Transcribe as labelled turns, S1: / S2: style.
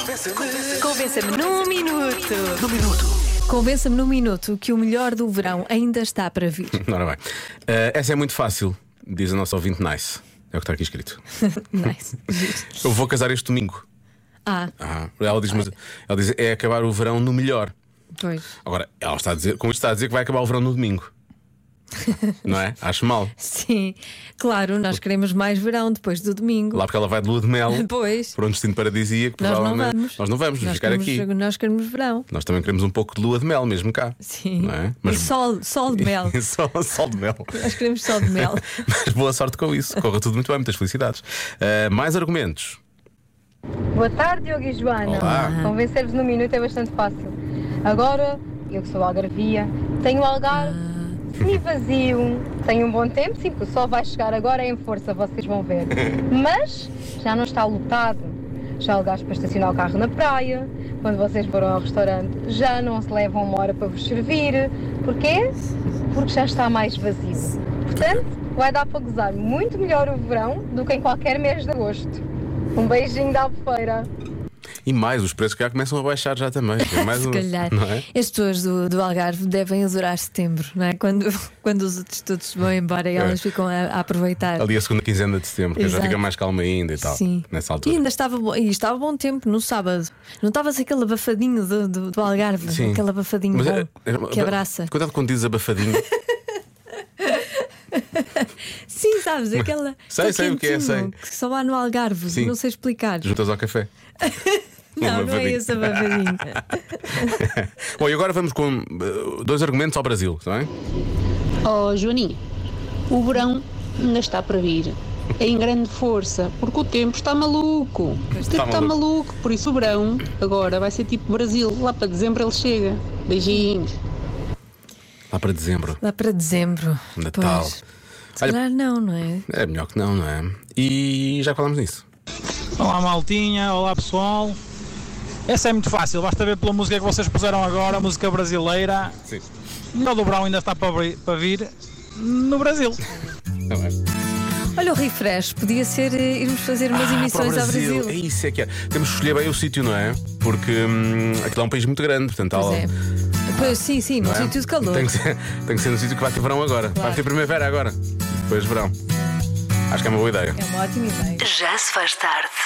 S1: Convença-me.
S2: Convença-me num minuto.
S1: No minuto.
S2: Convença-me num minuto que o melhor do verão ainda está para vir.
S3: Ora bem. Eh, essa é muito fácil, diz o nosso ouvinte Nice. É o que está aqui escrito.
S2: nice.
S3: Eu vou casar este domingo.
S2: Ah,
S3: Ah, ela, diz, mas, ela diz: é acabar o verão no melhor.
S2: pois.
S3: Agora, ela está a dizer, com isto está a dizer que vai acabar o verão no domingo. Não é? Acho mal.
S2: Sim, claro, nós queremos mais verão depois do domingo.
S3: Lá porque ela vai de lua de mel
S2: Pois.
S3: para um destino paradisíaco.
S2: Nós não
S3: provavelmente-
S2: vamos.
S3: Nós não vamos, vamos
S2: Nós
S3: ficar
S2: queremos,
S3: aqui.
S2: Nós queremos verão.
S3: Nós também queremos um pouco de lua de mel, mesmo cá.
S2: Sim.
S3: Não é?
S2: E sol, sol de mel.
S3: Sol- sol de mel.
S2: nós queremos sol de mel.
S3: Mas boa sorte com isso. Corra tudo muito bem, muitas felicidades. Ah, mais argumentos.
S4: Boa tarde, Diogo e Joana.
S3: Olá.
S4: Convencer-vos num minuto é bastante fácil. Agora, eu que sou algarvia, tenho o algarve semi vazio, tenho um bom tempo, sim, porque o sol vai chegar agora é em força, vocês vão ver. Mas já não está lotado. Já há lugares para estacionar o carro na praia. Quando vocês foram ao restaurante, já não se levam uma hora para vos servir. Porquê? Porque já está mais vazio. Portanto, vai dar para gozar muito melhor o verão do que em qualquer mês de agosto. Um beijinho da Albufeira.
S3: E mais, os preços que já começam a baixar já também. É mais
S2: Se
S3: um-
S2: calhar.
S3: Não é?
S2: As pessoas do, do Algarve devem adorar setembro, não é? Quando, quando os outros todos vão embora e elas ficam a, a aproveitar.
S3: Ali É. a segunda quinzena de setembro, que já
S2: Exato.
S3: fica mais calma ainda e tal.
S2: Sim. E
S3: Nessa altura.
S2: ainda estava, bo- e estava bom tempo no sábado. Não estava-se aquele abafadinho do, do, do Algarve,
S3: Sim.
S2: aquele abafadinho
S3: Mas é,
S2: bom
S3: era- era-
S2: que abraça.
S3: Cuidado quando dizes abafadinho.
S2: Sim, sabes? Aquela. tá
S3: Sei, sei o que é,
S2: quentinho
S3: sei.
S2: Que só há no Algarve,
S3: Sim.
S2: não sei explicar.
S3: Juntas ao café. um
S2: não, não é
S3: abafadinho.
S2: esse abafadinho.
S3: Bom, e agora vamos com eh, dois argumentos ao Brasil, está bem?
S5: Oh, Joaninha, o verão ainda está para vir. É em grande força, porque o tempo está maluco. O tempo está
S3: maluco.
S5: maluco, por isso o verão agora vai ser tipo Brasil. Lá para dezembro ele chega. Beijinhos.
S3: Lá para dezembro,
S2: Lá para dezembro.
S3: Natal.
S2: Pois. Se
S3: Olha-
S2: calhar não, não é?
S3: É melhor que não, não é? E já falámos nisso.
S6: Olá maltinha, olá pessoal. Essa é muito fácil, basta ver pela música que vocês puseram agora, a música brasileira.
S3: Sim.
S6: O melhor do Brown ainda está para vir- para vir no Brasil.
S3: Está Tá bem.
S2: Olha o refresh, podia ser eh, irmos fazer umas
S3: Ah,
S2: emissões
S3: para o
S2: ao
S3: Brasil.
S2: Brasil.
S3: É isso é que é. Temos que escolher bem o sítio, não é? Porque hum, aquilo é um país muito grande, portanto há
S2: Pois
S3: lá-
S2: é. Pois, sim, sim,
S3: não
S2: num
S3: é?
S2: sítio de calor.
S3: Tem que, ser, tem que ser no sítio que vai ter verão agora. Vai ter primavera agora. Depois verão. Acho que é uma boa ideia.
S2: É uma ótima ideia.
S7: Já se faz tarde.